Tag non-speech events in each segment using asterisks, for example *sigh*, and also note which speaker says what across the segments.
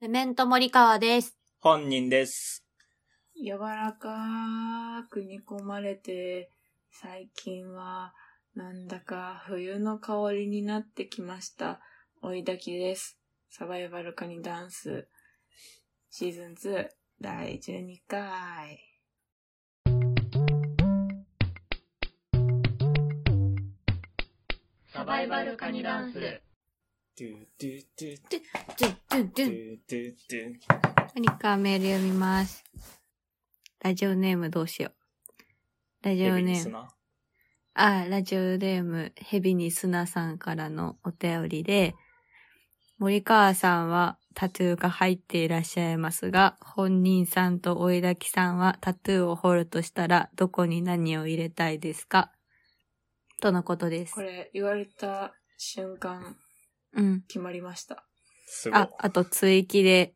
Speaker 1: メメント森川です。
Speaker 2: 本人です。
Speaker 3: 柔らかく煮込まれて、最近はなんだか冬の香りになってきました。追いだきです。サバイバルカニダンス。シーズン2第12回。
Speaker 4: サバイバルカニダンス。
Speaker 2: ドゥドゥドゥ
Speaker 1: ドゥンドゥンド
Speaker 2: ド
Speaker 1: ゥン。
Speaker 2: ゥドゥドゥ。
Speaker 1: 何かメール読みます。ラジオネームどうしよう。ラジオ
Speaker 2: ヘビ
Speaker 1: ネ
Speaker 2: リ
Speaker 1: ー
Speaker 2: ス
Speaker 1: ム。
Speaker 2: な。
Speaker 1: あ、ラジオネーム、ヘビに砂さんからのお便りで、森川さんはタトゥーが入っていらっしゃいますが、本人さんとおいだきさんはタトゥーを彫るとしたら、どこに何を入れたいですかとのことです
Speaker 3: こ。れ言われた瞬間
Speaker 1: うん。
Speaker 3: 決まりました。
Speaker 2: すごい
Speaker 1: あ。、あと追記で、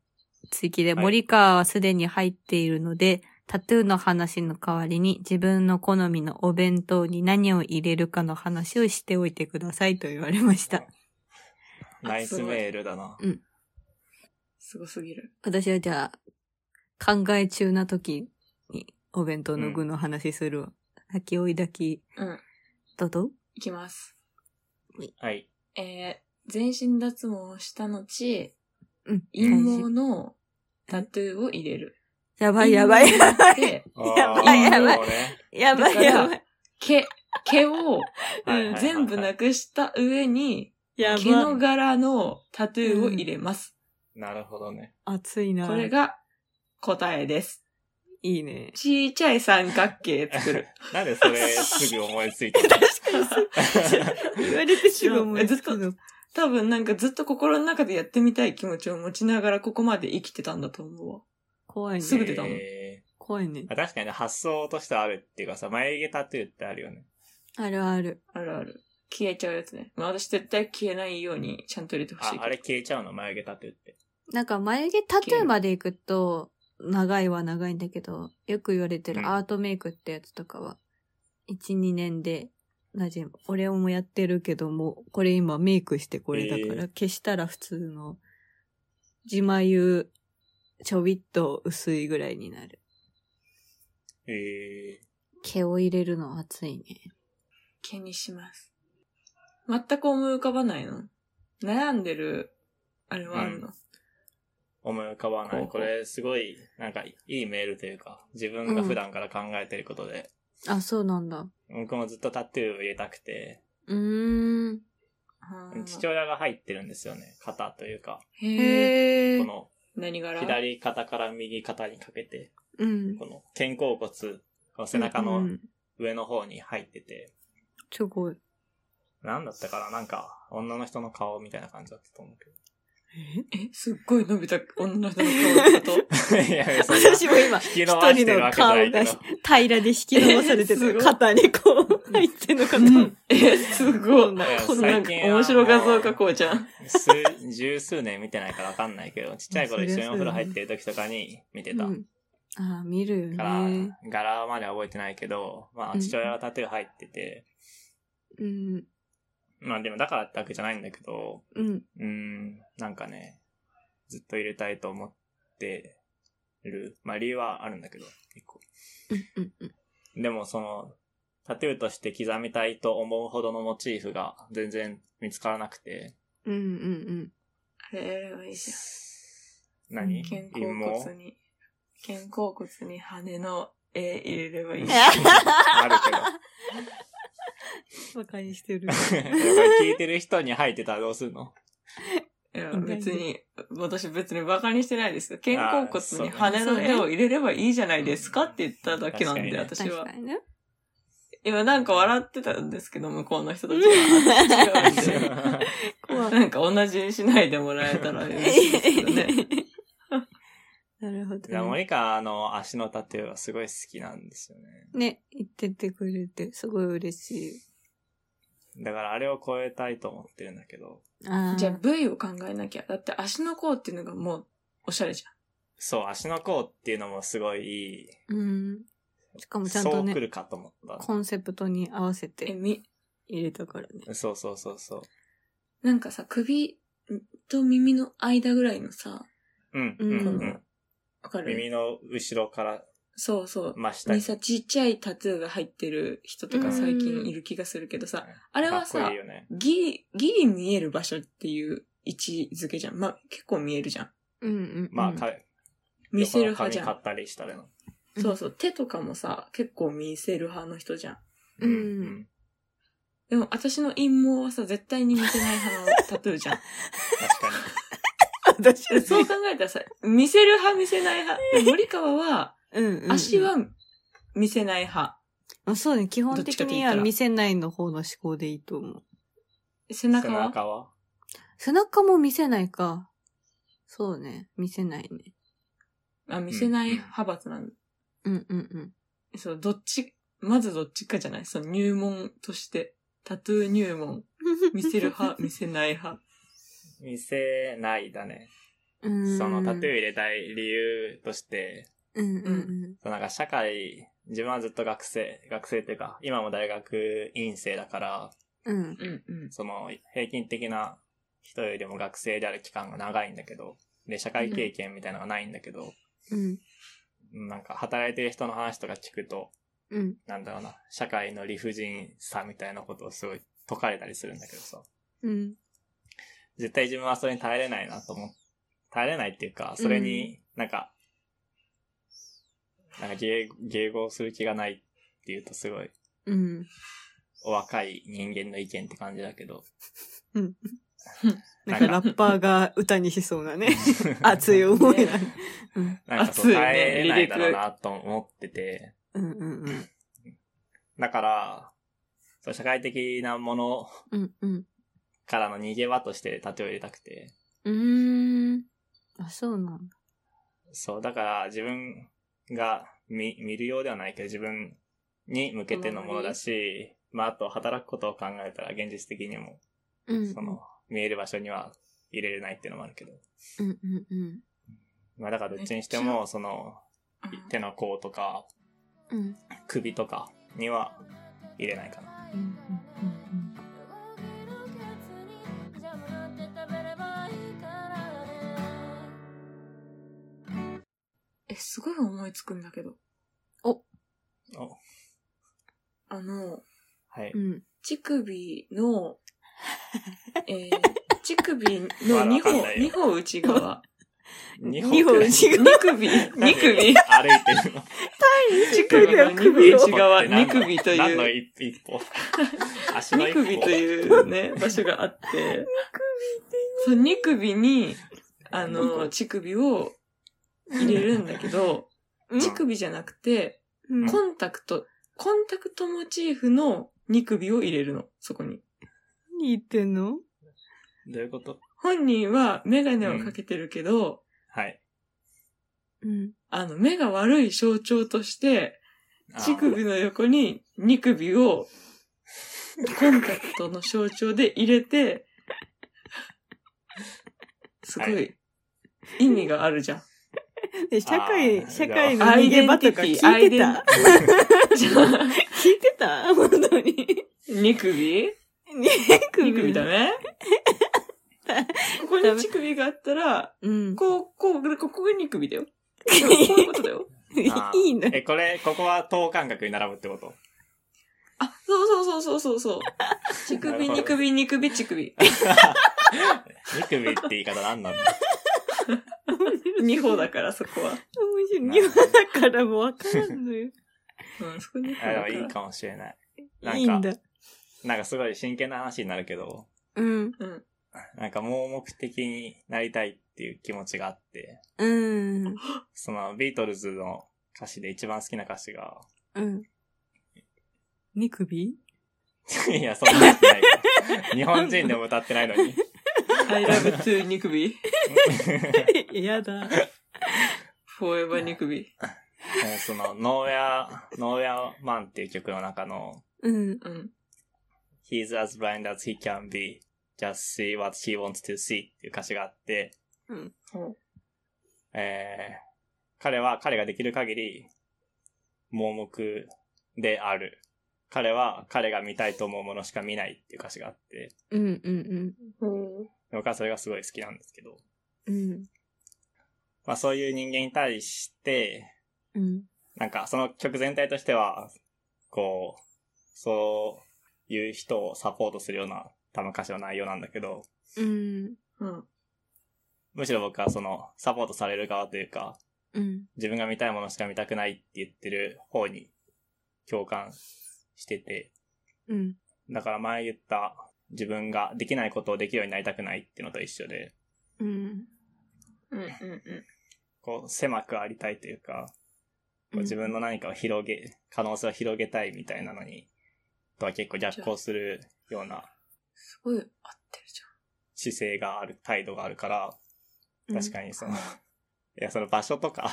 Speaker 1: 追記で、
Speaker 2: はい
Speaker 1: 森川はすでに入っているので、タトゥーの話の代わりに自分の好みのお弁当に何を入れるかの話をしておいてくださいと言われました。
Speaker 2: ナイスメールだな。
Speaker 3: すごすぎる。
Speaker 1: 私はじゃあ、考え中な時にお弁当の具の話するわ。先追いだき、
Speaker 3: うん。
Speaker 1: どうぞ。
Speaker 3: いきます。
Speaker 2: はい。
Speaker 3: えー、全身脱毛をした後、
Speaker 1: うん。
Speaker 3: 陰
Speaker 1: 大
Speaker 3: 毛
Speaker 1: 事
Speaker 3: のタトゥーを入れる。
Speaker 1: やばいやばい
Speaker 3: 陰
Speaker 1: や
Speaker 3: 毛
Speaker 1: ば
Speaker 3: を入
Speaker 1: い。
Speaker 3: れて
Speaker 1: やばいやばいやばいやばい。
Speaker 3: 毛、毛を、
Speaker 2: い
Speaker 3: 全部な
Speaker 2: く。
Speaker 3: くした上に、
Speaker 1: や
Speaker 3: 毛
Speaker 1: ば
Speaker 3: の
Speaker 1: い。
Speaker 3: 柄のタトゥーを入れます。
Speaker 2: なるほどね。
Speaker 1: 熱いな。
Speaker 3: これが答えです。
Speaker 1: いいね。
Speaker 3: ちっちゃい三角形
Speaker 2: *laughs*
Speaker 3: 作る。
Speaker 2: なんでそれすぐ思いついたの
Speaker 1: 言われてしまうもん。
Speaker 3: ずっと多分なんかずっと心の中でやってみたい気持ちを持ちながらここまで生きてたんだと思うわ。
Speaker 1: 怖い
Speaker 3: すぐ
Speaker 1: ね。
Speaker 3: 出たの
Speaker 2: え
Speaker 1: 怖いね
Speaker 2: ー。あ確かに発想としてはあるっていうかさ、眉毛タトゥーってあるよね。
Speaker 1: あるある。
Speaker 3: あるある。消えちゃうやつね。まあ私絶対消えないようにちゃんと入れてほしいけ
Speaker 2: あ、
Speaker 3: ど。
Speaker 2: あれ消えちゃうの眉毛タトゥーって。
Speaker 1: なんか眉毛タトゥーまで行くと、長いは長いんだけど、よく言われて
Speaker 2: うん
Speaker 1: るアートメイクってやつとかは、1、2年で、なじむ。俺もやってるけども、これ今メイクしてこれだから、
Speaker 2: え
Speaker 1: 消したら普通の、自眉、ちょびっと薄いぐらいになる。
Speaker 2: え
Speaker 1: 毛を入れるの熱いね。
Speaker 3: 毛にします。全く思い浮かばないの悩んでる、あれはあるの、
Speaker 2: ー、思い浮かばな
Speaker 3: ほう
Speaker 2: い。
Speaker 3: ほう
Speaker 2: これすごい、なんかいいメールというか、自分が普段から考えてることで、
Speaker 1: あ、そうなんだ。
Speaker 2: 僕もずっとタトゥーを入れたくて、
Speaker 1: うーん。
Speaker 3: あー
Speaker 2: 父親が入ってるんですよね。肩というか、
Speaker 3: へ
Speaker 1: へ
Speaker 3: え。
Speaker 2: こ
Speaker 1: ー。
Speaker 2: の
Speaker 3: 何柄
Speaker 2: 左肩から右肩にかけて、
Speaker 1: うん。
Speaker 2: この肩甲骨、この背中の上の方に入ってて、
Speaker 1: すごい。
Speaker 2: なんだったかななんか、女の人の顔みたいな感じだったと思うけ
Speaker 3: え、すっごい伸びた女の人の顔のこと
Speaker 1: *laughs*
Speaker 2: ど。いやいや、そんな
Speaker 1: 私も今、
Speaker 2: 引き伸ばしてるわけじゃないけど
Speaker 1: 一人の。平らで引き伸ばされて
Speaker 3: すご
Speaker 1: る
Speaker 3: い
Speaker 1: 肩にこう入ってんのかと思う。
Speaker 3: え、すごい。
Speaker 2: や
Speaker 3: このな
Speaker 2: 最
Speaker 3: んか
Speaker 2: 近は
Speaker 3: 面白画像加工じゃん。
Speaker 1: *laughs*
Speaker 2: 数、十数年見てないからわかんないけど、ちっちゃい頃一緒にお風呂入ってる時とかに見てた。
Speaker 1: うんああ、見るよ
Speaker 2: から
Speaker 1: ね。、
Speaker 2: 柄までは覚えてないけど、まあ、父親はタトゥー入ってて、
Speaker 1: うん。
Speaker 2: まあでもだからってわけじゃないんだけど、
Speaker 1: うん。
Speaker 2: うーん、なんかね、ずっと入れたいと思ってる。まあ理由はあるんだけど、結構。
Speaker 1: うん。うん。うん
Speaker 2: でもその、タトゥーとして刻みたいと思うほどのモチーフが全然見つからなくて。
Speaker 1: うん。うん。
Speaker 3: あれやればいいじゃん。
Speaker 2: 何
Speaker 3: 肩
Speaker 2: 陰
Speaker 3: 甲
Speaker 2: 謀
Speaker 3: 骨に、肩甲骨に羽の絵入れればいい。
Speaker 2: ある
Speaker 1: バカにしてる。
Speaker 2: けど。やばい聞いてる人に入ってたらどうするの
Speaker 3: いや、別に、私別に馬鹿にしてないですよ。肩甲
Speaker 2: あーそう
Speaker 3: 骨
Speaker 2: ね
Speaker 3: に羽の絵を入れればいいじゃないですかって言っただけなんで、
Speaker 2: 確
Speaker 3: 私
Speaker 1: 確
Speaker 3: は
Speaker 1: か。にね。
Speaker 3: 今なんか笑ってたんですけど、向こうの人たちが。違うんで *laughs*
Speaker 1: 怖い。
Speaker 3: なんか同じにしないでもらえたら嬉しいですけど *laughs* ね。
Speaker 1: *laughs* なるほ
Speaker 2: いや、
Speaker 1: どね。
Speaker 2: 森川の足のタトゥーはすごい好きなんですよね。
Speaker 1: ね、言っててくれて、すごい嬉し
Speaker 2: だからあれを超えたいと思ってるんだけど、
Speaker 1: い。ああ。
Speaker 3: じゃあ部位を考えなきゃ。だって足の甲っていうのがもうおしゃれじ
Speaker 2: そう、足の甲っていうのもすごいいい
Speaker 1: うん。しかもちゃん
Speaker 2: そ
Speaker 1: と
Speaker 2: う来
Speaker 1: ね、
Speaker 2: るかと思っ
Speaker 1: コンセプトに合わせ
Speaker 3: ゃん。え、
Speaker 1: て
Speaker 3: み、
Speaker 1: 入れたからね。
Speaker 2: た。そうそうそうそう。
Speaker 3: なんかさ、首と耳の間ぐらいのさ、
Speaker 2: うん。
Speaker 1: うん
Speaker 2: うん。う
Speaker 3: こ
Speaker 2: ん
Speaker 3: のわかる
Speaker 2: 耳の後ろから
Speaker 3: そうそう。
Speaker 2: 真下
Speaker 3: にさ、ちっちゃいタトゥーが入ってる人とか最近いる気がするけどさ、あれはさ
Speaker 2: かっこいいよね。
Speaker 3: ギリ、ギリ見える場所っていう位置づけじゃん。まあ、結構見えるじゃん。
Speaker 1: うんうん。
Speaker 2: まあ、か
Speaker 3: 見せる派じゃ
Speaker 2: 横の髪
Speaker 3: ん
Speaker 2: 買。ったりしたらの。
Speaker 1: 髪
Speaker 3: そうそう。手とかもさ、結構見せる派の人じゃん。
Speaker 1: うん
Speaker 2: うん
Speaker 3: でも私の陰謀はさ、絶対に見せない派のタトゥーじゃん。
Speaker 2: 確かに。
Speaker 1: *laughs* 私
Speaker 3: で *laughs* そう考えたらさ、見せる派見せない派。で森川は、
Speaker 1: うんうんうん
Speaker 3: 足は見せない派。
Speaker 1: あそうね、基本
Speaker 3: どっち
Speaker 1: 的
Speaker 3: かと
Speaker 1: に
Speaker 3: 言った
Speaker 1: は
Speaker 3: ら
Speaker 1: 見せないの方の思考でいいと思う。
Speaker 3: 背中
Speaker 2: 背
Speaker 3: は
Speaker 2: 中は
Speaker 1: 背中も見せないか。そうね、見せないね。
Speaker 3: あ、見せない派閥なんだ。
Speaker 1: うんうんうん。
Speaker 3: そう、どっち、まずどっちかじゃないその入門として。タトゥー入門。 *laughs* 見せる派、見せない派。
Speaker 2: 見せないだね。
Speaker 1: そ
Speaker 2: そのタトゥー
Speaker 1: ー。
Speaker 2: 入れたい理由として、
Speaker 1: うんうん
Speaker 2: なんか社会、自分はずっと学生、学生っていうか、今も大学院生だから、
Speaker 1: うん。 *laughs* うん
Speaker 3: うんうん。
Speaker 2: その平均的な人よりも学生である期間が長いんだけど、で、社会経験みたいなのがないんだけど、
Speaker 1: うん
Speaker 2: なんか働いてる人の話とか聞くと、
Speaker 1: うん。
Speaker 2: なんだろうな、社会の理不尽さみたいなことをすごい解かれたりするんだけどさ、
Speaker 1: うん。
Speaker 2: 絶対自分はそれに耐えれないなと思っ耐えれないっていうか、それになんか、なんか迎迎合する気がないっていうとすごい
Speaker 1: うん。
Speaker 2: お若い人間の意見って感じだけど。
Speaker 1: なんかラッパーが歌にしそうな
Speaker 3: *laughs*
Speaker 1: ね。熱い思いだね。うん
Speaker 2: なんかそう
Speaker 3: 熱いね
Speaker 2: 耐えれないだろうなと思ってて。
Speaker 1: うんうん
Speaker 2: だから、そう社会的なもの
Speaker 1: うん。うんうん。
Speaker 2: からの逃げ場として盾を入れたくて。
Speaker 1: うーん。あ、そうなんだ。
Speaker 2: そう、だから自分が見、見るようではないけど自分に向けてのものだし、まああと働くことを考えたら現実的にも、
Speaker 1: うん。
Speaker 2: その、見える場所には入れれないっていうのもあるけど。
Speaker 1: うんうんうん。
Speaker 2: まあだからどっちにして
Speaker 3: めっ
Speaker 2: も、その、手の甲とか
Speaker 1: うん
Speaker 2: 首とかには入れないかな。
Speaker 1: うんうん
Speaker 4: ジャムなんて食べればいいからね
Speaker 3: え、すごい思いつくんだけど。
Speaker 2: お
Speaker 3: あの、
Speaker 2: はい。
Speaker 1: うん。
Speaker 3: 乳首の、
Speaker 2: *laughs*
Speaker 3: えー、乳首の
Speaker 2: まだわ
Speaker 3: 2
Speaker 2: かん
Speaker 3: 本
Speaker 2: ない、よ
Speaker 3: 2本内側。
Speaker 2: 二
Speaker 1: 二本内
Speaker 3: 2首、2首。
Speaker 2: なんで歩いてるの
Speaker 3: 乳首の2本内側、
Speaker 2: 二
Speaker 3: 2
Speaker 2: 歩って
Speaker 3: *laughs* 首とい
Speaker 2: 何の何の
Speaker 3: う、
Speaker 2: 一一
Speaker 1: *laughs*
Speaker 2: 歩足の
Speaker 3: 2
Speaker 2: 一歩。
Speaker 3: 首というね、場所があって、そう、2首に、あの、乳首を入れるんだけど、
Speaker 1: うん
Speaker 3: 乳首じゃなくて、
Speaker 1: うん
Speaker 3: コンタクト、コンタクトモチーフの2首を入れるの、そこに。
Speaker 1: 何言ってんの
Speaker 2: どういうこと
Speaker 3: 本人はメガネをかけてるけど、
Speaker 2: はい。
Speaker 1: うん。
Speaker 3: あの、目が悪い象徴として、
Speaker 2: あ
Speaker 3: 乳首の横に乳首を、コンタクトの象徴で入
Speaker 2: *laughs*
Speaker 3: れて、すご、
Speaker 2: はい
Speaker 3: 意味があるじゃん。
Speaker 1: で社
Speaker 2: あー
Speaker 1: 会、社会の
Speaker 3: アイ
Speaker 1: 逃
Speaker 3: デ
Speaker 1: げ
Speaker 3: ン
Speaker 1: 場
Speaker 3: テ
Speaker 1: と
Speaker 3: ィ
Speaker 1: か聞い
Speaker 3: ティ、アイ
Speaker 1: て
Speaker 3: デン
Speaker 1: た
Speaker 3: じ
Speaker 1: 聞いてた本当 *laughs* に。
Speaker 3: ゃあ乳首乳首ダメここに乳首があったら、
Speaker 1: うん。
Speaker 3: こう、こう、ここが乳首だよ。でもこういうことだよ。
Speaker 2: あー
Speaker 1: いいんだ。
Speaker 2: え、これ、ここは等間隔に並ぶってこと
Speaker 3: あ、そうそうそうそ
Speaker 2: *laughs*
Speaker 3: うそうそう。乳首、乳首、乳首、乳首。
Speaker 2: 乳首って言い方何なんだ
Speaker 3: 二歩だから、そこは。
Speaker 1: 面白い。今だからもうわからんのよ。
Speaker 3: うん、そこ二歩
Speaker 2: あで
Speaker 3: だ
Speaker 2: も
Speaker 3: か
Speaker 2: い
Speaker 3: ら。
Speaker 2: いかもしれない。 *laughs* なんか
Speaker 1: いいんだ。
Speaker 2: なんかすごい真剣な話になるけど、
Speaker 1: うん。
Speaker 3: うん。
Speaker 2: なんか盲目的になりたいっていう気持ちがあって、
Speaker 1: うん。
Speaker 2: そのビートルズの歌詞で一番好きな歌詞が、 *laughs*
Speaker 1: うん。ニ首
Speaker 2: いや、そんなことないから。日本人でも歌ってないのに。
Speaker 3: I love to 乳首。
Speaker 1: *laughs* やだ。
Speaker 3: forever 乳首。
Speaker 2: えーその、ノーヤー、ノーヤーマンっていう曲の中の、
Speaker 1: うん。
Speaker 3: うん。
Speaker 2: He's as blind as he can be, just see what he wants to see っていう歌詞があって、
Speaker 3: ほ
Speaker 2: えー彼は彼ができる限り盲目である。彼は彼が見たいと思うものしか見ないっていう歌詞があって、
Speaker 1: うんうん
Speaker 3: う。ほう。
Speaker 2: 僕はそれがすごい好きなんですけど、
Speaker 1: うん。うん。
Speaker 2: まあそういう人間に対して、
Speaker 1: うん。
Speaker 2: なんかその曲全体としては、こう、そういう人をサポートするような多分歌詞の内容なんだけど、
Speaker 1: うん。
Speaker 3: うん。
Speaker 2: むしろ僕はそのサポートされる側というか、
Speaker 1: うん。
Speaker 2: 自分が見たいものしか見たくないって言ってる方に共感してて、
Speaker 1: うん。
Speaker 2: だから前言った自分ができないことをできるようになりたくないっていうのと一緒で、
Speaker 1: うん。
Speaker 3: うんうん
Speaker 2: こう狭くありたいというか、こ
Speaker 1: う
Speaker 2: うん自分の何かを広げ、可能性を広げたいみたいなのに、とは結構逆行するような
Speaker 3: すごい合ってるじ
Speaker 2: 姿勢がある、態度があるから、確かにその、い *laughs* や、その場所とか、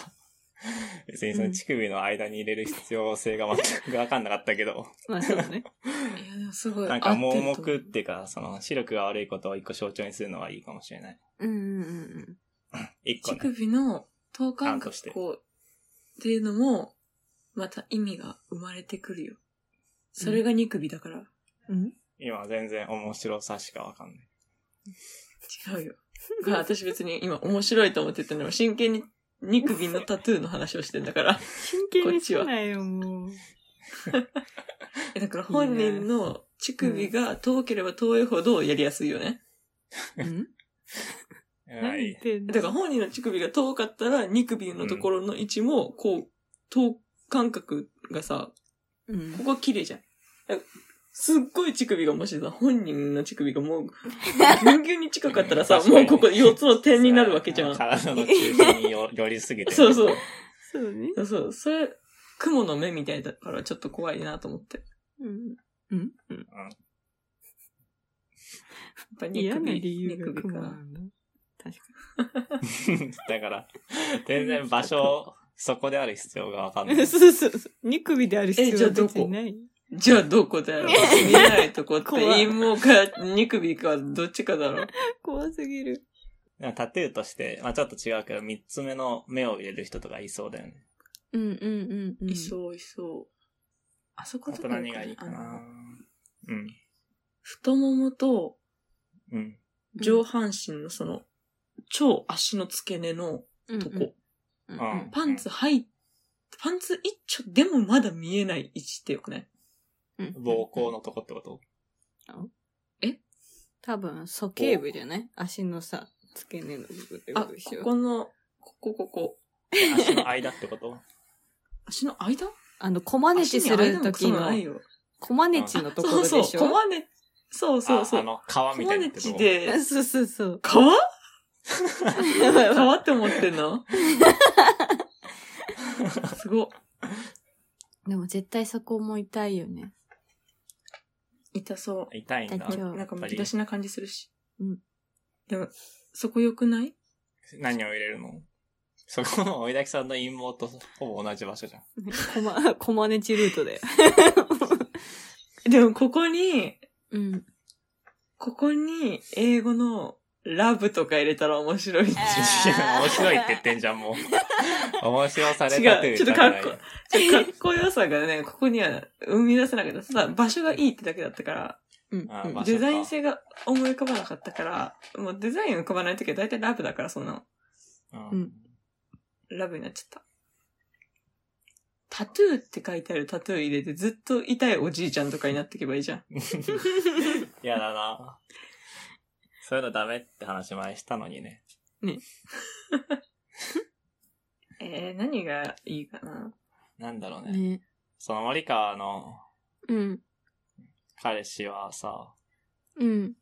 Speaker 2: 別にその乳首の間に入れる必要性が全くわかんなかったけど、
Speaker 1: まあそうね。
Speaker 3: ゃん。いや、でもすごい合
Speaker 2: な
Speaker 3: っ
Speaker 2: ん
Speaker 3: てると
Speaker 2: か
Speaker 3: 思う。
Speaker 2: 盲目っていうか、その視力が悪いことを一個象徴にするのはいいかもしれない。
Speaker 1: うんうんうん
Speaker 2: 一個
Speaker 3: 乳
Speaker 2: ね。
Speaker 3: 首の等
Speaker 2: 感
Speaker 3: 間
Speaker 2: と
Speaker 3: 隔
Speaker 2: して
Speaker 3: こうっていうのも、また意味が生まれてくるよ。それが乳首だから、
Speaker 1: うん。
Speaker 2: 今全然面白さしかわかんない。
Speaker 3: 違うよ。まあ私別に今面白いと思って言ったのも真剣に乳首のタトゥーの話をしてんだ *laughs* から。
Speaker 1: 真剣にしないよ、もう。
Speaker 3: えだから本人の乳首が遠ければ遠いほどやりやすいよね。
Speaker 1: うん
Speaker 2: は
Speaker 1: 何言
Speaker 2: い
Speaker 1: っ。てんの
Speaker 3: だから本人の乳首が遠かったら乳首のところの位置もこう、等間隔がさ、
Speaker 1: うん
Speaker 3: ここ綺麗じゃん。すっごい乳首がもしさ、本人の乳首がもう、ぎゅんぎゅんに近かったらさ、
Speaker 2: 確か
Speaker 3: もう
Speaker 2: に
Speaker 3: ここ4つの点になるわけじゃん。そ
Speaker 2: 体の中心によ寄りすぎて。
Speaker 3: そうそう。
Speaker 1: そうね。
Speaker 3: うそう。それ、雲の目みたいだからちょっと怖いなと思って。や
Speaker 1: うん。うん。うん。
Speaker 3: っぱ乳
Speaker 1: 嫌な
Speaker 3: 首、
Speaker 1: 理由
Speaker 3: 乳
Speaker 1: が
Speaker 3: 首
Speaker 1: 雲な
Speaker 3: か。
Speaker 1: んだ。確か
Speaker 2: *laughs* だから、全然場所、そこである必要がわかんない。
Speaker 3: *laughs*
Speaker 1: に。そうそうそう。乳首である必
Speaker 3: えじ
Speaker 1: 要
Speaker 3: ゃあ
Speaker 1: は
Speaker 3: どこ
Speaker 1: 別にない。
Speaker 3: じゃあどこだよ。見えないとこって
Speaker 1: 怖い
Speaker 3: 陰毛か乳首かどっちかだろう。
Speaker 1: 怖すぎる。
Speaker 2: タトゥーとして、まあちょっと違うけど、三つ目の目を入れる人とかいそうだよね。
Speaker 1: うんうんうんうん。
Speaker 3: いそういそう。あそこ
Speaker 2: あ
Speaker 3: と
Speaker 2: と
Speaker 3: かよく
Speaker 2: 何がいいか
Speaker 3: あ
Speaker 2: な
Speaker 3: の
Speaker 2: うん。
Speaker 3: 太ももと
Speaker 2: うん。
Speaker 3: 上半身のその、超足の付け根の
Speaker 1: うん
Speaker 3: とこ。
Speaker 1: うん
Speaker 2: う
Speaker 1: うん
Speaker 2: ん
Speaker 3: パンツ入っ、パンツ一丁でもまだ見えない位置ってよくない
Speaker 1: うん
Speaker 2: 膀胱のとこってこと
Speaker 1: 多分、鼠径部じゃない足のさ、付け根の部分ってこ
Speaker 3: あ、
Speaker 1: と
Speaker 3: こ
Speaker 1: でしょ。
Speaker 3: この、ここここ。
Speaker 2: 足の間ってこと
Speaker 3: 足の間
Speaker 1: あの、コマネチするとき
Speaker 3: 足に間もクソも
Speaker 1: の
Speaker 3: ない、よ
Speaker 1: コマネチのところ
Speaker 3: そう
Speaker 1: でし
Speaker 3: そ
Speaker 1: ょ。
Speaker 3: う、コマネ、そうそうそ
Speaker 2: ああ
Speaker 3: う。
Speaker 2: の、皮
Speaker 3: コ
Speaker 2: みた
Speaker 3: マ
Speaker 2: いな
Speaker 3: ネ
Speaker 2: ってと
Speaker 3: チ
Speaker 2: こ。
Speaker 1: *laughs*
Speaker 3: で、
Speaker 1: そうそうそう。
Speaker 3: 皮
Speaker 1: *laughs*
Speaker 3: 皮って思ってんのすごっ。
Speaker 1: でも絶対そこも痛いよ *laughs* ね。
Speaker 3: 痛そう。
Speaker 2: 痛いんだ。
Speaker 1: 痛い
Speaker 3: なんかむき出しな感じするし。
Speaker 1: うん。
Speaker 3: でも、そこ良くない
Speaker 2: 何を入れるのそこの追いだきさんの陰謀とほぼ同じ場所じゃん。
Speaker 1: コマ、コマネチルートで。
Speaker 3: でも、ここに、
Speaker 1: うん。
Speaker 3: ここに、英語の、ラブとか入れたら面白いんじゃん
Speaker 1: あー
Speaker 2: 面白いって言ってんじゃん、も
Speaker 3: *laughs*
Speaker 2: う。面白され
Speaker 3: 違う
Speaker 2: たという
Speaker 3: ちょっとかっこ
Speaker 2: じゃない
Speaker 3: ちょっとかっこよさがね、ここには生み出せなかった。ただ、場所がいいってだけだったから、
Speaker 1: うん
Speaker 2: あーまあ
Speaker 3: デザイン性が思い浮かばなかったから、もうデザイン浮かばないときは大体ラブだから、そんなの。
Speaker 2: うん *laughs*
Speaker 1: うん
Speaker 3: ラブになっちゃった。タトゥーって書いてあるタトゥー入れてずっと痛いおじいちゃんとかになっていけばいいじゃん。
Speaker 2: 嫌だな。そういうのダメって話前したのにね。
Speaker 3: えー、何がいいかな
Speaker 2: なんだろうね。
Speaker 1: ね。
Speaker 2: その森川の
Speaker 1: うん。
Speaker 2: 彼氏はさ、
Speaker 1: うん。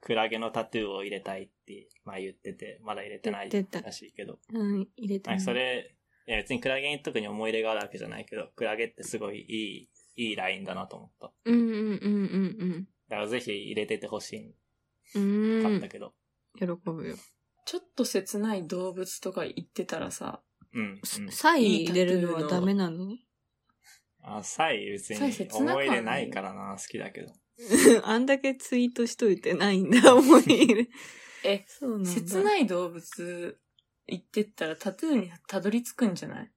Speaker 2: クラゲのタトゥーを入れたいって、まあ言ってて、まだ入れてない
Speaker 1: 言ってた
Speaker 2: らしいけど。
Speaker 1: うん。入れ
Speaker 2: なん
Speaker 1: て
Speaker 2: かそ。れ、いや別にクラゲに特に思い入れがあるわけじゃないけど、クラゲってすごいいい、いいラインだなと思った。
Speaker 1: うんうんうん
Speaker 2: だからぜひ入れててほしい
Speaker 1: うんうん。
Speaker 2: か
Speaker 1: う
Speaker 2: っ
Speaker 1: ん
Speaker 2: た。けど。
Speaker 1: 喜ぶよ。
Speaker 3: ちょっと切ない動物とか言ってたらさ、
Speaker 2: うん。うん。
Speaker 1: サイン入れるのはダメなの
Speaker 2: あ、サイ別
Speaker 3: サイ
Speaker 2: に
Speaker 3: 切なくは
Speaker 2: 思
Speaker 3: ない
Speaker 2: い入れないからな、好きだけど。
Speaker 1: あんだけツイートしといてないんだ、思い入れ。
Speaker 3: え、
Speaker 1: そうなんだ。
Speaker 3: 切
Speaker 1: い。
Speaker 3: ない動物言ってったらタトゥーにたどり着くんじゃない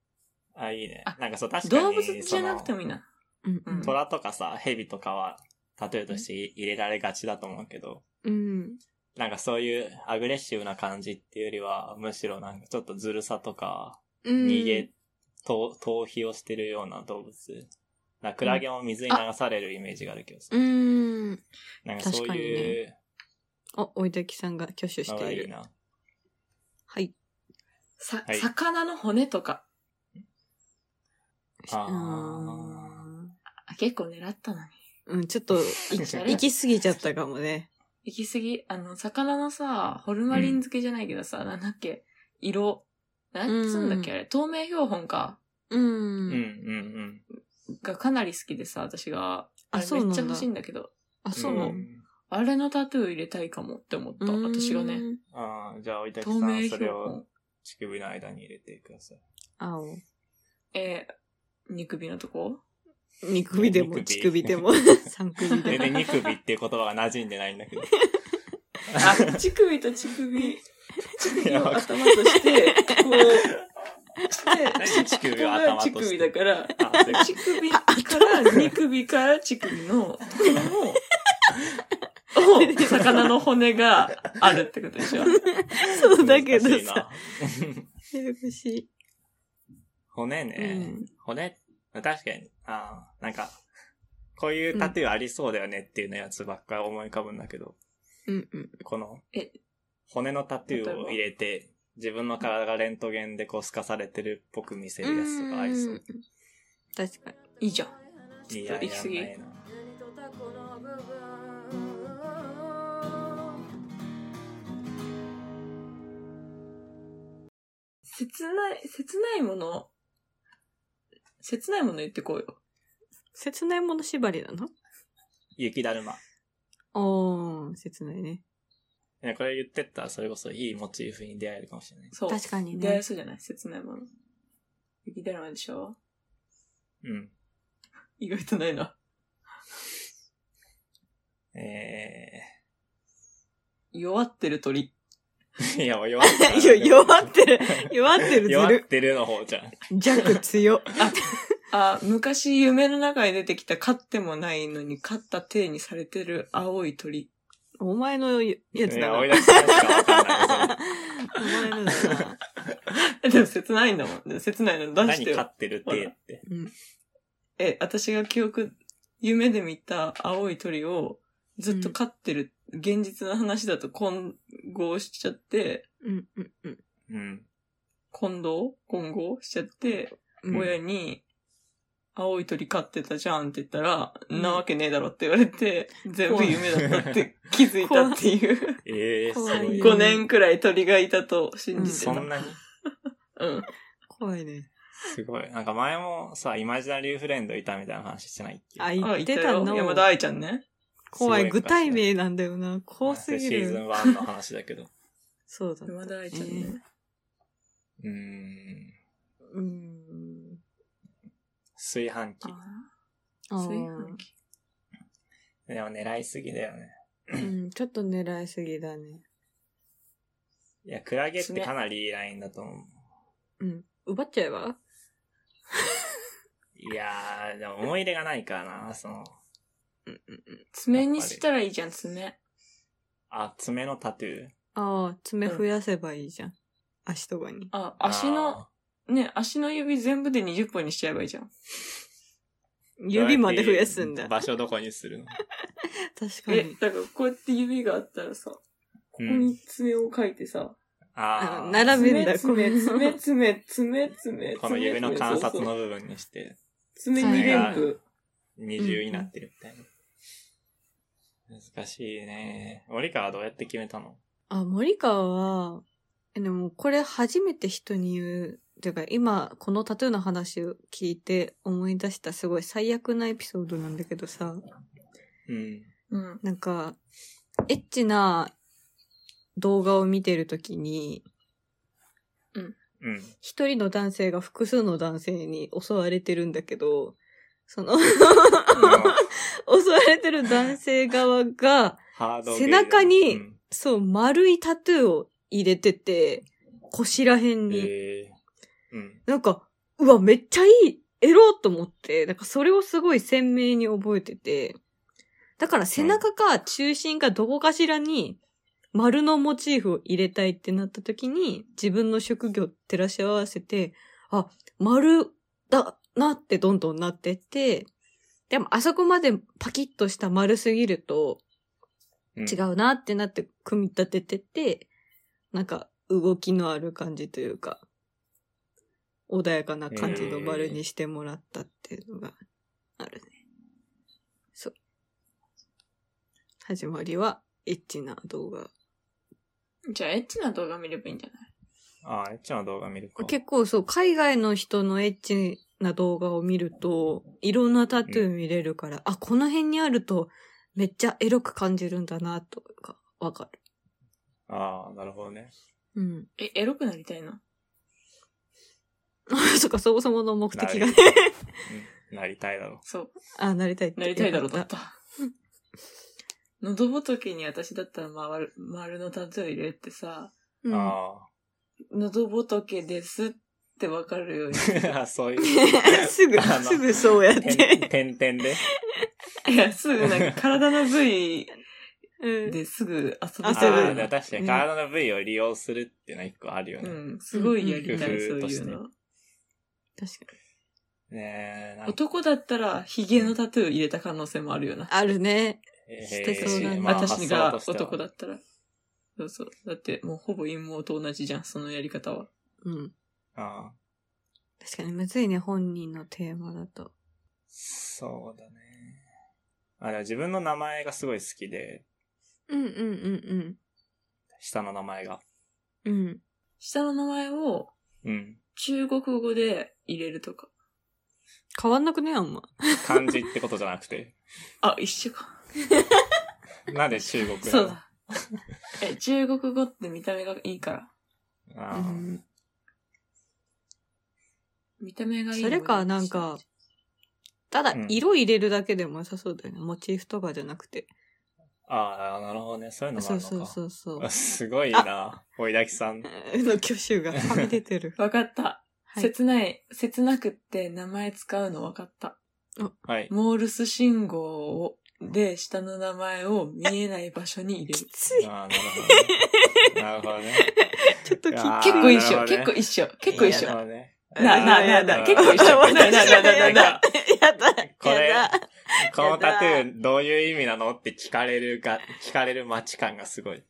Speaker 2: あ、いいね
Speaker 3: あ。
Speaker 2: なんかそう、確かに。
Speaker 3: 動物じゃなくてもいいな。
Speaker 1: うん
Speaker 3: うん
Speaker 2: その虎とかさ、蛇とかは、タトゥーとして入れられがちだと思うけど、
Speaker 1: うん。
Speaker 2: なんかそういうアグレッシブな感じっていうよりは、むしろなんかちょっとずるさとか、
Speaker 3: うん
Speaker 2: 逃げ、逃逃避をしてるような動物。なクラゲも水に流されるイメージがあるけどさ。
Speaker 1: うーん。
Speaker 2: なんかそういう
Speaker 1: あ、おいだきさんが挙手し
Speaker 2: のが
Speaker 1: てい
Speaker 2: いい
Speaker 1: る。
Speaker 2: な。
Speaker 1: はい。
Speaker 3: さ、
Speaker 2: はい
Speaker 3: 魚の骨とか。
Speaker 2: あー
Speaker 3: あ結構狙ったのに。
Speaker 1: うん、ちょっと、い行き過ぎちゃったかもね。
Speaker 3: 行き過ぎ、あの、魚のさ、ホルマリン漬けじゃないけどさ、なんだっけ、色。なんつうんだっけ、
Speaker 1: うん
Speaker 3: あれ、透明標本か、
Speaker 1: う
Speaker 2: うん
Speaker 1: ん。
Speaker 2: うん
Speaker 3: がかなり好きでさ、私が。
Speaker 1: あ
Speaker 3: あれ
Speaker 1: そうなん
Speaker 3: め
Speaker 1: だ
Speaker 3: っちゃ欲しいんだけど。
Speaker 1: あ、
Speaker 2: うん。
Speaker 1: そうなの
Speaker 2: ん
Speaker 3: あれのタトゥー入れたいかもって思った、私がね。。
Speaker 2: あーじゃあ、おいたきさ
Speaker 3: 透明
Speaker 2: ん、そ
Speaker 3: 標
Speaker 2: れを
Speaker 3: 本。
Speaker 2: 乳首の間に入れてください。
Speaker 1: 青。
Speaker 3: えー、乳首の
Speaker 2: *laughs*
Speaker 3: とこ
Speaker 1: 肉首でも
Speaker 2: 肉
Speaker 1: 乳
Speaker 2: 首
Speaker 1: 首でも、三首で
Speaker 2: 全
Speaker 1: も。
Speaker 2: 然肉首っていう言葉が馴染んでないんだ
Speaker 3: *laughs*
Speaker 2: けど。
Speaker 3: あ、乳首と乳首、乳首
Speaker 2: や
Speaker 3: を
Speaker 2: ばい
Speaker 3: 頭として、こう、
Speaker 2: 何
Speaker 3: して、
Speaker 2: 乳首を
Speaker 3: が
Speaker 2: 頭と
Speaker 3: 乳
Speaker 2: して
Speaker 3: 首だから、
Speaker 2: あそういうこと
Speaker 3: 乳首から、乳首から乳首のとこ
Speaker 2: *laughs*
Speaker 3: ろを、を、魚の骨があるってことでしょ。
Speaker 1: そうだけど
Speaker 2: 難しい
Speaker 1: さ
Speaker 2: な。
Speaker 1: ややこしい。
Speaker 2: 骨ね。
Speaker 1: うん
Speaker 2: 骨、確かに。ああ、なんか、こういうタトゥーありそうだよねっていうのやつばっかり思い浮かぶんだけど、
Speaker 1: うんうん。
Speaker 2: この
Speaker 3: え、
Speaker 2: 骨のタトゥーを入れて、自分の体がレントゲンでこう透かされてるっぽく見せるやつとかありそう。
Speaker 1: 確かに。
Speaker 3: いいじゃん。
Speaker 2: い
Speaker 3: ちょっと行き過ぎ
Speaker 2: やんないな
Speaker 4: 何とタコの部分
Speaker 3: 切ない、切ないもの、切ないもの言ってこうよ。
Speaker 1: 切ないもの縛りなの
Speaker 2: 雪だるま。
Speaker 1: おー、切ないね。
Speaker 2: いやこれ言ってったらそれこそいいモチーフに出会えるかもしれない。
Speaker 3: そう。
Speaker 1: 確かにね
Speaker 3: 出会えそうじゃない切ないもの。雪だるまでしょ
Speaker 2: うん。
Speaker 3: 意外とないな。
Speaker 2: え
Speaker 3: 弱ってる鳥。
Speaker 2: ー、いや、もう弱っ
Speaker 1: *laughs*
Speaker 2: てる
Speaker 1: いや、弱ってる。弱ってる、ず
Speaker 2: *laughs* 弱っ
Speaker 1: る。
Speaker 2: てるの方じゃん。
Speaker 1: 弱強。
Speaker 3: あ、昔夢の中に出てきた飼ってもないのに飼った体にされてる青い鳥。 *laughs*
Speaker 1: お前のやつ
Speaker 2: い
Speaker 1: だ
Speaker 2: や、
Speaker 1: な。お
Speaker 2: 追い
Speaker 1: 前
Speaker 2: 出ししかわかんないそ
Speaker 1: のだな。
Speaker 3: でも切ないんだもん。切ない
Speaker 1: *laughs*
Speaker 2: れ。
Speaker 3: の出
Speaker 2: 何
Speaker 3: して
Speaker 2: 飼
Speaker 3: よ。
Speaker 2: ってるってって。
Speaker 3: え、私が記憶、夢で見た青い鳥をずっと飼ってる、現実の話だと混合しちゃって、
Speaker 1: うんうんうん。
Speaker 2: うん。
Speaker 3: 混同混合しちゃって、
Speaker 1: うん
Speaker 3: 親に、青い鳥飼ってたじゃんって言ったら、
Speaker 1: うん
Speaker 3: なわけねえだろって言われて、全部夢だったって気づいたっていう。
Speaker 2: ええー、す
Speaker 1: 怖い
Speaker 3: *laughs*
Speaker 2: ごい。
Speaker 3: 5年くらい鳥がいたと信じて
Speaker 2: そ
Speaker 3: た。
Speaker 2: んなに
Speaker 3: うん。
Speaker 1: 怖いね。
Speaker 2: すごい。なんか前もさ、イマジナリーフレンドいたみたいな話してないっけ
Speaker 1: あ、
Speaker 3: あ、
Speaker 1: 言っ
Speaker 3: い
Speaker 1: たてた
Speaker 3: よ。
Speaker 1: の。
Speaker 3: 山田愛ちゃんね。
Speaker 1: 怖
Speaker 2: すご
Speaker 1: い。
Speaker 2: い昔
Speaker 1: 具体名なんだよな。怖すぎ
Speaker 2: シーズン
Speaker 1: る。
Speaker 2: 1の話だけど。
Speaker 1: そうだ。
Speaker 3: 山田愛ちゃんね。
Speaker 2: うーん。
Speaker 1: うーん。
Speaker 2: 炊飯器。
Speaker 3: あー
Speaker 1: あ
Speaker 3: 炊飯
Speaker 1: ー
Speaker 3: 器。
Speaker 2: でも狙いすぎだよね。
Speaker 1: うん、ちょっと狙いすぎだね。
Speaker 2: いや、クラゲってかなりいいラインだと思う。
Speaker 1: うん。奪っちゃえば
Speaker 2: いやー、でも思い入れがないからな、その、
Speaker 3: 爪にしたらいいじゃん、爪。
Speaker 2: あ、爪のタトゥー。
Speaker 1: ああ、爪増やせばいいじゃん。足とかに。
Speaker 3: あ、足の、ね、足の指全部で20本にしちゃえばいいじゃん。
Speaker 1: 指まで増やすんだ。
Speaker 2: 場所どこにするの
Speaker 1: 確か
Speaker 3: え
Speaker 1: に、。
Speaker 3: だからこうやって指があったらさ、こ
Speaker 2: う
Speaker 3: こ
Speaker 2: ん。
Speaker 3: に爪を描いてさ、
Speaker 2: あ
Speaker 1: あ
Speaker 2: あ、
Speaker 1: 並べんだ、こ
Speaker 3: 爪、
Speaker 1: れ。
Speaker 3: 爪、爪、爪、爪、爪、
Speaker 2: この指の観察の部分にして、
Speaker 3: 爪2連符。
Speaker 2: 二重になってるみたいな。難しいね。森川はどうやって決めたの
Speaker 1: あ、森川は、えでもこれ初めて人に言う。ていうか今、このタトゥーの話を聞いて思い出したすごい最悪なエピソードなんだけどさ、
Speaker 2: うん。
Speaker 3: うん。
Speaker 1: なんか、エッチな動画を見てるときに、 *laughs*
Speaker 2: うん。
Speaker 1: 一人の男性が複数の男性に襲われてるんだけど、その、 *laughs* 襲われてる男性側が、
Speaker 2: ハードゲー
Speaker 1: 背中に
Speaker 2: うん
Speaker 1: そう、丸いタトゥーを入れてて、腰ら辺に。
Speaker 2: えーうん。
Speaker 1: なんか、うわ、めっちゃいいエロと思って、なんかそれをすごい鮮明に覚えてて、だから背中か中心かどこかしらに丸のモチーフを入れたいってなった時に、自分の職業照らし合わせて、あ、丸だなってどんどんなってって、でもあそこまでパキッとした丸すぎると、
Speaker 2: うん
Speaker 1: 違うなってなって組み立ててって、なんか動きのある感じというか、穏やかな感じの丸にしてもらったっていうのがあるね。そう。始まりはエッチな動画。
Speaker 3: じゃあ、エッチな動画見ればいいんじゃない
Speaker 2: ああ、エッチな動画見るか。
Speaker 1: 結構そう、海外の人のエッチな動画を見ると、いろんなタトゥー見れるから、あ、この辺にあるとめっちゃエロく感じるんだな、とか、わかる。
Speaker 2: ああ、なるほどね。
Speaker 1: うん。 *laughs*
Speaker 3: え、エロくなりたいの
Speaker 1: あ、そっか、そもそもの目的がね。
Speaker 2: うんなりたいだろう。
Speaker 3: そう。
Speaker 1: あ、なりたいって
Speaker 3: なりたいだろうだった。 *laughs* 喉仏に私だったら丸、丸のタトゥー入れってさ、
Speaker 1: うん、
Speaker 2: あ
Speaker 3: 喉仏ですってわかるように。 *laughs*
Speaker 2: あ。 *laughs*
Speaker 1: *laughs*
Speaker 2: そういう。
Speaker 1: すぐ、
Speaker 2: あの
Speaker 1: すぐそうやって
Speaker 2: ん
Speaker 1: て。
Speaker 2: てんて
Speaker 1: *laughs*
Speaker 2: んで。
Speaker 3: いや、すぐなんか体の部位
Speaker 1: うん
Speaker 3: ですぐ遊び
Speaker 1: あ
Speaker 2: あ
Speaker 1: そういう
Speaker 2: あ、
Speaker 1: こ
Speaker 2: でも
Speaker 1: と
Speaker 2: 確かに体の部位を利用するっていうのは一個あるよ
Speaker 3: う
Speaker 2: ね。
Speaker 3: ん、すごいやりた
Speaker 2: う
Speaker 3: い、
Speaker 2: ん
Speaker 3: そういう
Speaker 2: 工夫
Speaker 3: の。
Speaker 1: 確かに。
Speaker 2: ねえ、なんか、
Speaker 3: 男だったら、髭のタトゥー入れた可能性もあるよな。
Speaker 1: あるね。
Speaker 2: えー
Speaker 1: してそうだね
Speaker 2: まあ
Speaker 3: 私が男だ
Speaker 2: 発想としては
Speaker 3: ったら。そうそう。だって、もうほぼ陰謀と同じじゃん、そのやり方は。
Speaker 1: うん。
Speaker 2: ああ
Speaker 1: 確かにむずいね、本人のテーマだと。
Speaker 2: そうだね。あでも自分の名前がすごい好きで、
Speaker 1: うんうんうん
Speaker 2: 下の名前が。
Speaker 1: うん。うん。
Speaker 3: 下の名前を
Speaker 2: うん。
Speaker 3: 中国語で入れるとか。
Speaker 1: 変わんなくね、あんま。
Speaker 2: 漢字ってことじゃなくて。 *laughs*
Speaker 3: あ、一緒か。
Speaker 2: なんで中国なの
Speaker 3: そうだ。え、中国語って見た目がいいから。
Speaker 1: う
Speaker 2: ああ、
Speaker 1: ん、
Speaker 3: 見た目がいい。。
Speaker 1: それか、なんか、、ただ
Speaker 2: うん、
Speaker 1: 色入れるだけでも良さそうだよね。モチーフとかじゃなくて。
Speaker 2: ああ、なるほどね。そういうのもあ
Speaker 1: そ
Speaker 2: る
Speaker 1: う
Speaker 2: のか。
Speaker 1: そうそうそう。
Speaker 2: あ *laughs* すごいな。おいだきさ
Speaker 1: *laughs*
Speaker 2: ん。
Speaker 1: の挙手がはみ出てる
Speaker 3: *laughs* わかった。
Speaker 1: はい。
Speaker 3: 切ない、切なくって名前使うのわかった。
Speaker 2: はい。
Speaker 3: モールス信号を、で、下の名前を見えない場所に入れ
Speaker 1: き
Speaker 3: る。
Speaker 1: つい。
Speaker 2: ああ、なるほどね。
Speaker 1: ちょっとき
Speaker 2: あー
Speaker 3: 結構一
Speaker 2: な
Speaker 3: 緒、
Speaker 2: るほどね
Speaker 3: 結構一緒、
Speaker 2: 結
Speaker 3: 結構
Speaker 2: な
Speaker 3: 一
Speaker 2: る
Speaker 3: 緒。
Speaker 2: ほどね。
Speaker 3: なあなあなあなあ結構一緒
Speaker 1: 私が
Speaker 3: なあなあなあなあなあ
Speaker 1: やだ。
Speaker 2: これ
Speaker 1: やだ
Speaker 2: *laughs* このタトゥーどういう意味なのって聞かれるが、
Speaker 3: *laughs*
Speaker 2: 聞かれる街感がすごい。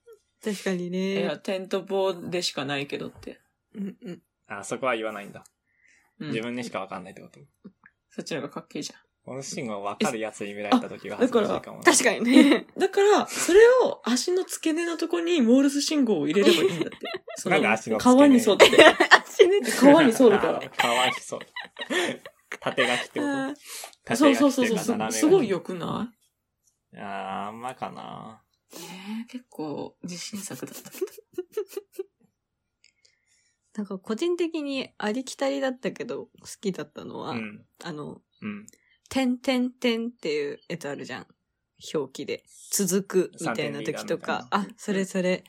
Speaker 1: 確かに
Speaker 3: いや、
Speaker 1: ね。
Speaker 3: テント棒でしかないけどって。
Speaker 1: うんうん。
Speaker 2: あ、そこは言わないんだ。
Speaker 3: うん
Speaker 2: 自分にしかわかんないってこと。
Speaker 3: そっちの方がかっけえじ
Speaker 2: このシーンをわかるやつに見られた時が
Speaker 3: え
Speaker 2: 恥
Speaker 3: あ
Speaker 2: ずかしいかもな。
Speaker 1: 確かに
Speaker 3: *laughs*
Speaker 1: ね。
Speaker 3: ゃん。だから、それを足の付け根のとこにモールス信号を入れればいいんだって。そ
Speaker 2: なんで足の付け根
Speaker 3: 川に沿って。
Speaker 1: 足ね。
Speaker 3: 川に沿うか
Speaker 2: *laughs*
Speaker 3: ら。
Speaker 2: あ。川に沿う。縦書きってこと縦
Speaker 3: そうそ
Speaker 2: 書
Speaker 3: う
Speaker 2: き
Speaker 3: そう
Speaker 2: ってい
Speaker 3: そう。
Speaker 2: か
Speaker 3: すごい
Speaker 2: よ。
Speaker 3: 良くな
Speaker 2: あー、あんまかな。
Speaker 3: いえー、結構自信作だったけど。
Speaker 1: なんか個人的にありきたりだったけど、好きだったのは、
Speaker 2: うん。
Speaker 1: あの、
Speaker 2: うん。
Speaker 1: てんてんてんっていうやつあるじゃん。表記で。続くみたいな時とか、あ、それそれ、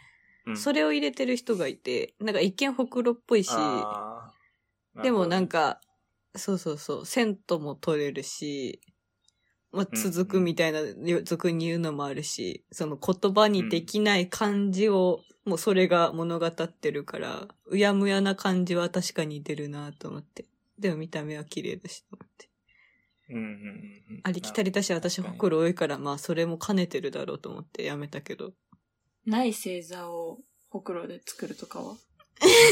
Speaker 2: うん、
Speaker 1: それを入れてる人がいて、なんか一見ほくろっぽいし、
Speaker 2: あー
Speaker 1: でもなん
Speaker 2: か、
Speaker 1: か、そうそうそう、線とも取れるし、まあ、
Speaker 2: うん
Speaker 1: 続くみたいな、俗に言うのもあるし、その言葉にできない漢字を、もうそれが物語ってるから、うやむやな感じは確かに出るなと思って。でも見た目は綺麗だしと思って。
Speaker 2: うんうんうん、
Speaker 1: ありきたりだし、私
Speaker 2: 確か
Speaker 1: ほ
Speaker 2: に
Speaker 1: くろ多いから、まあそれも兼ねてるだろうと思ってやめたけど。
Speaker 3: ない星座をほくろで作るとかは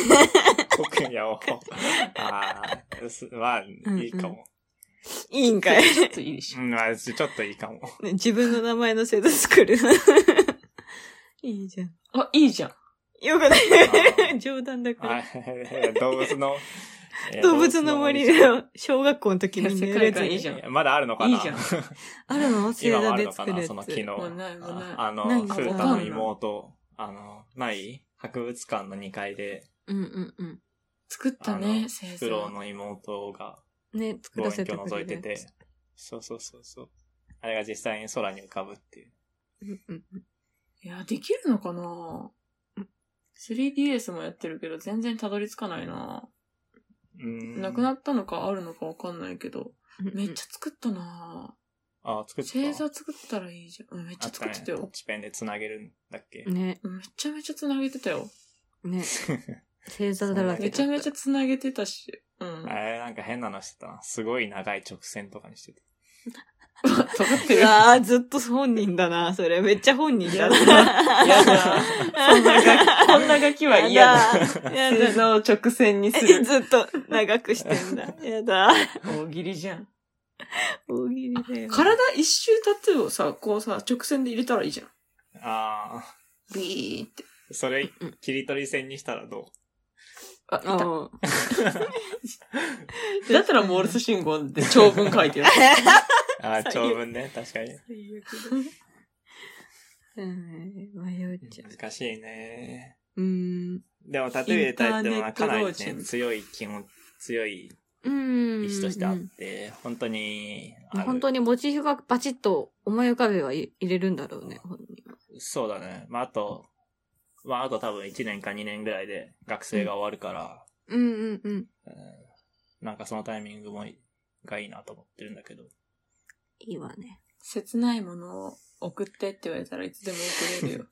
Speaker 2: *laughs* 僕には、ああ、すまあ、いいかも。
Speaker 1: いいんかい。
Speaker 2: *laughs*
Speaker 3: ちょっといいでし
Speaker 2: う
Speaker 3: ょ。
Speaker 2: ん、まあ、ちょっといいかも。
Speaker 1: ね自分の名前の星座作る。 *laughs* いいじゃん。
Speaker 3: あ、いいじゃん。
Speaker 1: よくな
Speaker 2: *laughs* あ
Speaker 1: い。冗談だから
Speaker 2: あ。動物の、いや
Speaker 1: 動物の森
Speaker 2: 動物の
Speaker 1: の *laughs* 小学校の時に
Speaker 3: い
Speaker 1: ね
Speaker 3: や世界観いいじゃん
Speaker 2: いやまだあるのかない
Speaker 3: いじゃん
Speaker 1: あるの星
Speaker 2: *laughs* 今も
Speaker 1: 座
Speaker 2: ある
Speaker 1: で
Speaker 2: のか
Speaker 1: 作る
Speaker 2: な
Speaker 1: やつ
Speaker 2: その機能。
Speaker 3: もうないもうない
Speaker 2: ああ
Speaker 1: な
Speaker 2: の、
Speaker 1: い
Speaker 2: フ
Speaker 1: の
Speaker 2: ータの妹、あの、ない博物館の2階で、
Speaker 1: うんうんうん
Speaker 3: 作っ
Speaker 2: あ
Speaker 3: た
Speaker 2: の
Speaker 3: ね、星
Speaker 2: フ
Speaker 3: 座。
Speaker 2: クロウの妹が
Speaker 1: ね作
Speaker 2: 望
Speaker 1: らせ
Speaker 2: 遠
Speaker 1: て
Speaker 2: 鏡
Speaker 1: く
Speaker 2: 覗
Speaker 1: れ
Speaker 2: いて
Speaker 1: るや
Speaker 2: て
Speaker 1: つ、
Speaker 2: そうそうそうそう。あれが実際に空に浮かぶっていう。
Speaker 1: うんうんうん
Speaker 3: いや、できるのかな 3DS もやってるけど、全然たどり着かないな。
Speaker 2: うーん
Speaker 3: なくなったのかあるのかわかんないけど、
Speaker 1: うんうん
Speaker 3: めっちゃ作ったな
Speaker 2: あ、作った。
Speaker 3: 星座作ったらいいじゃん。うんめっち
Speaker 2: あ
Speaker 3: ゃ
Speaker 2: った
Speaker 3: 作
Speaker 2: ね
Speaker 3: ってた
Speaker 2: タッ
Speaker 3: よ。
Speaker 2: チペンで繋げるんだっけ、
Speaker 1: ね、
Speaker 3: うんめちゃめちゃ繋げてたよ。
Speaker 1: ね、 *laughs* 星座だらけだ
Speaker 3: め
Speaker 1: った
Speaker 3: ちゃめちゃ繋げてたし。うん。
Speaker 2: あれ、なんか変なのしてたな。すごい長い直線とかにしてた。
Speaker 3: *laughs* 尖ってる。 *laughs*
Speaker 1: ああ、ずっと本人だな、それ。めっちゃ本人だな。
Speaker 3: *laughs* 嫌だ。そんなガキ、そんなガキは嫌だ。
Speaker 1: や
Speaker 3: *laughs* 星
Speaker 1: だ。
Speaker 3: 座を直線にす
Speaker 1: え
Speaker 3: る。
Speaker 1: ずっと長くしてんだ。やだ。
Speaker 3: 大喜利じゃん。
Speaker 1: 大喜利だよ。
Speaker 3: 体一周タトゥーをさ、こうさ、直線で入れたらいいじゃん。
Speaker 2: ああ、
Speaker 3: ビーって。
Speaker 2: それ、切り取り線にしたら
Speaker 3: *laughs*
Speaker 2: どう
Speaker 3: あ、いた
Speaker 1: うん
Speaker 3: だったらモールス信号で長文書いてる。
Speaker 2: ああ、
Speaker 1: 最悪
Speaker 2: 長文ね。確かに。
Speaker 1: うん、迷っちゃう。
Speaker 2: 難しいね。
Speaker 1: うん。
Speaker 2: でも、タトゥー入れたいってのはかなり
Speaker 3: インターネット老
Speaker 2: ね、
Speaker 3: 人
Speaker 2: 強い気持ち、強い
Speaker 1: うん。
Speaker 2: 意志としてあって、本当にある、
Speaker 1: 本当にモチーフがパチッと思い浮かべばい入れるんだろうね、本人は。
Speaker 2: そうだね。まあ、あと、まあ、あと多分1年か2年ぐらいで学生が終わるから、
Speaker 1: うんうんうん。
Speaker 2: うんなんかそのタイミングもいがいいなと思ってるんだけど。
Speaker 1: いいわね。
Speaker 3: 切ないものを送ってって言われたらいつでも送 *laughs* れるよ。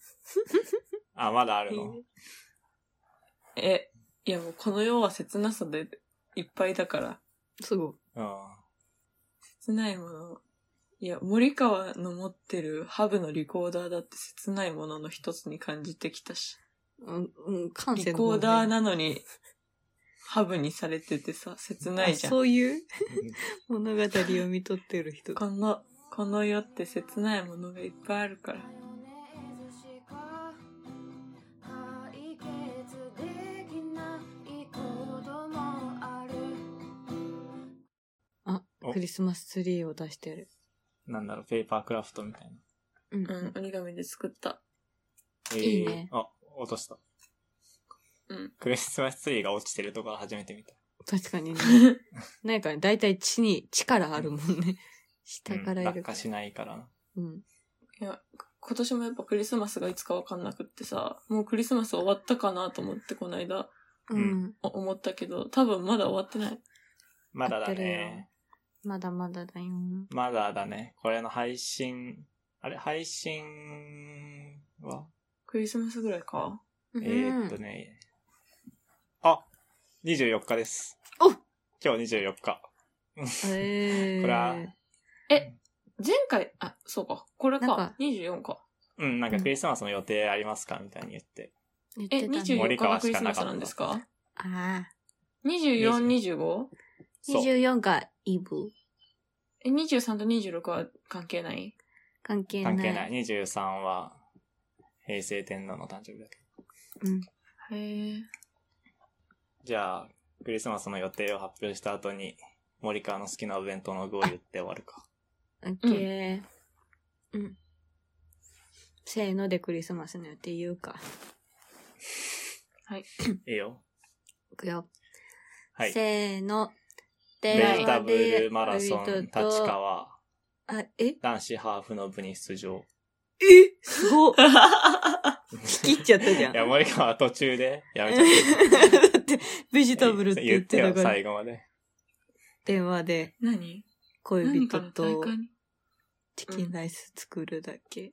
Speaker 2: あ、まだあるの
Speaker 3: え、いやもうこの世は切なさでいっぱいだから、
Speaker 1: すごい。
Speaker 2: うん。
Speaker 3: 切ないもの。いや、森川の持ってるハブのリコーダーだって切ないものの一つに感じてきたし。
Speaker 1: うん、うん、感性
Speaker 3: リ
Speaker 1: の方
Speaker 3: コ
Speaker 1: ね
Speaker 3: ーダーなのに、ハブにされててさ、切ないじ
Speaker 1: あ
Speaker 3: ゃん。
Speaker 1: そういう物語を見とってる人。
Speaker 3: この、この世って切ないものがいっぱいあるから。
Speaker 4: 解決できないこともある
Speaker 1: あ *laughs*
Speaker 2: お、
Speaker 1: クリスマスツリーを出してる。
Speaker 2: なんだろう、ペーパークラフトみたいな。
Speaker 1: うん。
Speaker 3: うん、折り紙で作った。
Speaker 2: えー
Speaker 1: いいね
Speaker 2: あ、落とした。
Speaker 3: うん。
Speaker 2: クリスマスツリーが落ちてるところ初めて見た。
Speaker 1: 確かにね。 *laughs* なんかね、だいたい地に、地からあるもんね。 *laughs* 下からい
Speaker 2: うん
Speaker 1: るか
Speaker 2: 落下
Speaker 1: ら。
Speaker 2: しないからな。
Speaker 1: うん。
Speaker 3: いや、今年もやっぱクリスマスがいつかわかんなくってさ、もうクリスマス終わったかなと思ってこの間
Speaker 1: う
Speaker 2: うんん。
Speaker 3: お思ったけど、多分まだ終わってない。
Speaker 2: まだだ
Speaker 1: 合ってるよ
Speaker 2: ね。
Speaker 1: まだまだだよ。
Speaker 2: まだだね。これの配信、あれ、配信は、
Speaker 3: クリスマスぐらいか
Speaker 1: え
Speaker 2: えーっとね。あ、24日です。
Speaker 1: お
Speaker 2: 今日24日。
Speaker 1: えー、
Speaker 2: これは
Speaker 3: 前回、あ、そうか。これか。
Speaker 1: なんか
Speaker 3: 24か。
Speaker 2: うん、なんかクリスマスの予定ありますかみたいに言って。
Speaker 1: 言っ
Speaker 3: え、
Speaker 1: てたね
Speaker 3: 24
Speaker 2: 森
Speaker 3: 日が
Speaker 2: 川
Speaker 3: ク
Speaker 2: し
Speaker 3: リ
Speaker 2: か
Speaker 3: スマ
Speaker 2: なかった
Speaker 3: スなんですか
Speaker 1: ああ。
Speaker 3: ?24、25?
Speaker 2: そう。
Speaker 1: 24がイブ。
Speaker 3: え、23と26は関係ない
Speaker 1: 関係ない。
Speaker 2: 関係ない。23は、平成天皇の誕生日だけ
Speaker 1: う
Speaker 2: ど。
Speaker 1: ん。
Speaker 3: へえ。
Speaker 2: じゃあ、クリスマスの予定を発表した後に、森川の好きなお弁当の具を言って終わるか。
Speaker 1: オッケー。うん。せーのでクリスマスの予定言うか。
Speaker 3: はい。
Speaker 2: *laughs* いいよ。
Speaker 1: いくよ。
Speaker 2: はい。
Speaker 1: せーの。
Speaker 2: ベ
Speaker 3: ベ
Speaker 2: ジタ
Speaker 3: ジタ
Speaker 2: ブルマラソン、
Speaker 1: 恋人
Speaker 2: 立
Speaker 1: と。
Speaker 2: 川、
Speaker 1: あ、え *laughs*
Speaker 2: 男子ハーフの部に出場。
Speaker 1: えす
Speaker 2: *laughs*
Speaker 1: ごっ聞きっちゃったじゃん。
Speaker 2: いや、
Speaker 1: だ
Speaker 2: 森川は途中でやめちゃっ
Speaker 1: *laughs* って、ベジ
Speaker 2: た。
Speaker 1: タブルって言って
Speaker 2: 言
Speaker 1: た
Speaker 2: ってよ、
Speaker 1: から、
Speaker 2: 最後まで。
Speaker 1: 電話で
Speaker 3: *laughs* 何
Speaker 1: 恋
Speaker 3: 何か
Speaker 1: 人
Speaker 3: の大
Speaker 1: と
Speaker 3: 会に
Speaker 1: チキンライス作るだっけ。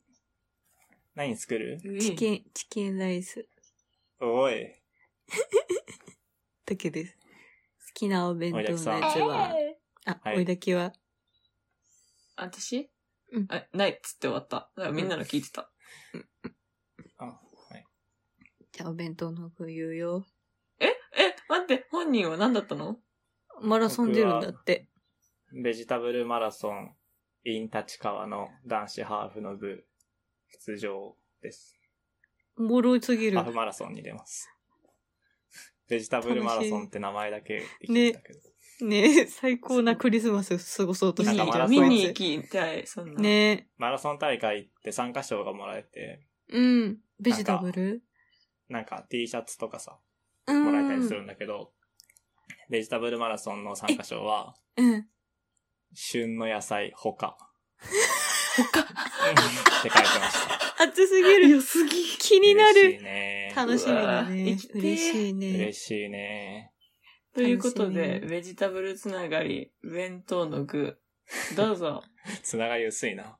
Speaker 2: 何作る
Speaker 1: チキン、チキンライス
Speaker 2: おい。
Speaker 1: だけです。好きなお弁当のやつ
Speaker 2: おいだき
Speaker 1: は、あ、
Speaker 2: はい
Speaker 1: 追いだきは、
Speaker 3: 私
Speaker 1: うん
Speaker 3: あ、ないっつって終わった。だからみんなの聞いてた。
Speaker 2: あ、はい。
Speaker 1: じゃあお弁当の具言うよ。
Speaker 3: え、待って、本人は何だったの
Speaker 1: マラソン出るんだって。
Speaker 2: ベジタブルマラソン、イン立川の男子ハーフの部、出場です。
Speaker 1: おもろすぎ
Speaker 2: ハ
Speaker 1: る
Speaker 2: ー。フマラソンに出ます。ベジタブルマラソンって名前だけ生きてたけど。
Speaker 1: ね *laughs* え、最高なクリスマス過ごそうと
Speaker 3: 見
Speaker 1: して
Speaker 3: に
Speaker 1: る
Speaker 2: 仲
Speaker 1: じ
Speaker 2: 間
Speaker 1: ゃ
Speaker 2: だ
Speaker 1: ん。
Speaker 3: 見
Speaker 1: こいつ
Speaker 3: に行きたい、そんな。
Speaker 1: ねえ。
Speaker 2: マラソン大会って参加賞がもらえて、
Speaker 1: うん。ベジタブル
Speaker 2: なんか T シャツとかさ、
Speaker 1: うん。
Speaker 2: もらえたりするんだけど、ベジタブルマラソンの参加賞は、
Speaker 1: うん。
Speaker 2: 旬の野菜ほか。ほかって書いてました。
Speaker 1: 暑すぎる。よすぎ。 *laughs* 気にな
Speaker 2: 嬉し
Speaker 1: る。
Speaker 2: いね。
Speaker 1: 楽しみだね
Speaker 3: うわ行き。てー
Speaker 1: 嬉しいね。
Speaker 2: 嬉しいね。
Speaker 3: ということ
Speaker 1: 楽し
Speaker 3: で、
Speaker 1: み
Speaker 3: ベジタブルつながり、弁当の具、どう
Speaker 1: *laughs*
Speaker 3: ぞ。
Speaker 2: つながり薄いな。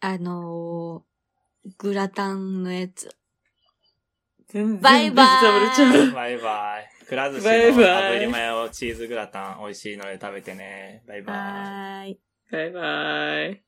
Speaker 1: あのー、グラタンのやつ。
Speaker 3: 全
Speaker 1: バイ
Speaker 3: 然
Speaker 1: バ
Speaker 3: ベ
Speaker 1: イ
Speaker 3: ジタブルちゃう。
Speaker 2: バイバイ。くら寿司の
Speaker 3: バイバイ
Speaker 2: 炙りマヨチーズグラタン美味しいので食べてね。バイバイ。
Speaker 1: はーい。
Speaker 3: バイバイ。